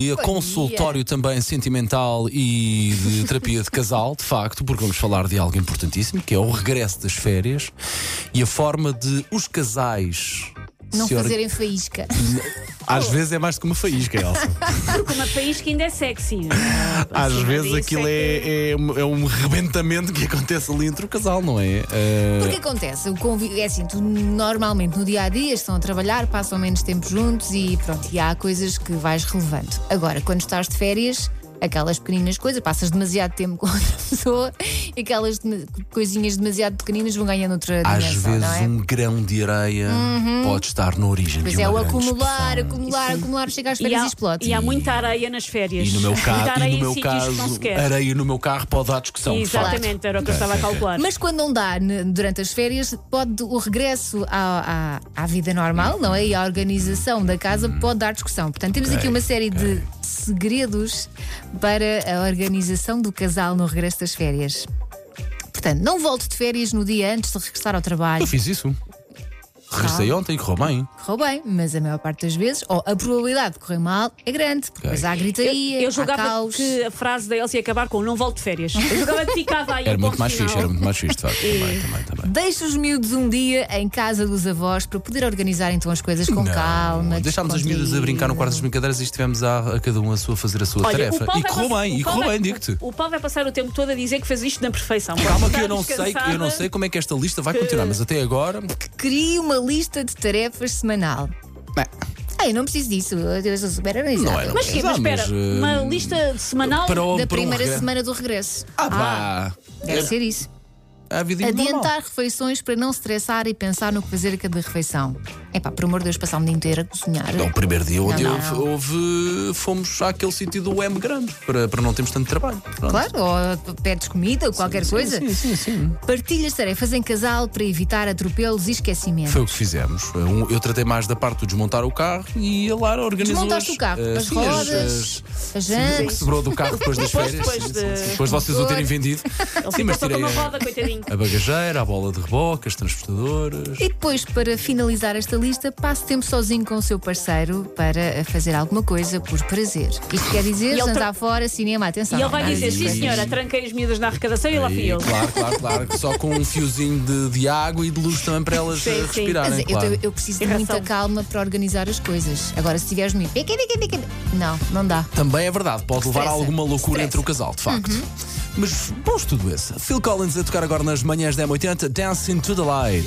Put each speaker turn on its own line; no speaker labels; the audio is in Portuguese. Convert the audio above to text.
E a
Bom
consultório também sentimental e de terapia de casal, de facto, porque vamos falar de algo importantíssimo, que é o regresso das férias e a forma de os casais
Não
se or-
fazerem faísca.
Às vezes é mais do que uma faísca, Elsa.
Porque uma faísca ainda é sexy. não é?
Às
Acima
vezes
disso
aquilo
é que-
é, é, um- é um rebentamento que acontece ali entre o casal, não é? Eh,
Porque acontece, o convívio, é assim, tu normalmente no dia a dia estão a trabalhar, passam menos tempo juntos e pronto, e há coisas que vais relevando. Agora, quando estás de férias, aquelas pequeninas coisas, passas demasiado tempo com outra pessoa e aquelas dema- coisinhas demasiado pequeninas vão ganhando outra
Às
dimensão,
vezes
não é?
um grão de areia pode estar na origem
Pois
de uma
é, o
grande
acumular,
expressão.
acumular, acumular, chega às
E
férias e,
há,
explode.
e há muita areia nas férias.
E no meu,
Muita
ca...
areia
e no
em
meu
sítios que não se
caso,
quer.
areia no meu carro pode dar discussão. de facto.
Exatamente, era o que eu estava a calcular.
Mas quando não dá ne- durante as férias, pode o regresso à, à, à vida normal, não é? E à organização da casa
Uhum.
pode dar discussão. Portanto, temos aqui uma série de segredos para a organização do casal no regresso das férias. Portanto, não volte de férias no dia antes de regressar ao trabalho.
Eu fiz isso.
Ah.
Regressei ontem e correu bem.
Correu bem, mas a maior parte das vezes, ou a probabilidade de correr mal é grande, porque depois há gritaria,
Eu, eu
há
julgava
caos.
que a frase da Elsa ia acabar com não volto de férias. Eu julgava que ficava aí.
Era
um
muito
ponto
mais
final.
fixe, era muito mais fixe, de facto. Também, também, também.
Deixa os miúdos um dia em casa dos avós para poder organizar então as coisas com
Não,
calma.
Deixámos as miúdas a brincar no quarto das
descontraído.
brincadeiras e estivemos a, a cada um a sua fazer a sua
Olha, o
tarefa.
Paulo
E
vai
correu
passar-
bem,
o
e
Paulo
correu
é
vai-
bem, digo-te.
O Paulo vai passar o tempo todo a dizer que fez isto na perfeição.
Calma que
Está
eu não sei, que eu não
descansada.
sei como é que esta lista vai continuar, mas até agora.
Crie uma lista de tarefas semanal. Ah, eu não preciso disso, eu sou super organizada.
Não era.
Mas quê? Mas
Ah, mas,
espera,
eh,
uma lista semanal.
Para o,
Da
para um
primeira
regresso. É.
semana do regresso.
Ah, pá!
Deve ser isso.
A vida
Ah. Adiantar refeições para não estressar e pensar no que fazer a cada refeição. É pá, por amor de Deus, passar um dia inteiro a cozinhar.
Não, o primeiro dia onde
Não,
houve,
não.
houve- fomos àquele sítio do M grande para, para não termos tanto trabalho. Pronto.
Claro, ou pedes comida ou qualquer coisa.
Sim, sim, sim.
Partilhas tarefas em casal para evitar atropelos e esquecimento.
Foi o que fizemos. Um- Eu tratei mais da parte de desmontar o carro e a Lara organizou.
Desmontaste
as-
o carro,
eh,
as
sim,
rodas, as
O que
jantes.
sobrou do carro depois das
Depois-
férias.
depois
sim,
de-
sim, sim. depois de vocês o terem vendido. Sim,
Ele ficou
mas
só com
tirei Tá
uma
a,
roda, coitadinho.
a bagageira, a bola de reboque, as transportadoras.
E depois, para finalizar esta lista, passe tempo sozinho com o seu parceiro para fazer alguma coisa por prazer. Isto quer
E
dizer,
ele
jantar
tra-
fora, cinema, atenção.
E ele vai
nada
dizer:
disso.
sim, senhora, tranquei as miúdas na arrecadação e lá fui
E,
eu.
claro, claro, claro. que Só com um fiozinho de, de água e de luz também para elas
Sim,
eh,
sim.
respirarem.
Mas eu,
claro.
eu preciso de
E razão.
muita calma para organizar as coisas. Agora, se tiveres muito. pica, pica, pica, pica, Não, não dá.
Também é verdade, pode levar a
Estressa.
alguma loucura
Estressa.
entre o casal, de facto.
Uhum.
Mas posto tudo isso, Phil Collins a tocar agora nas manhãs da M80, Dancing to the Light.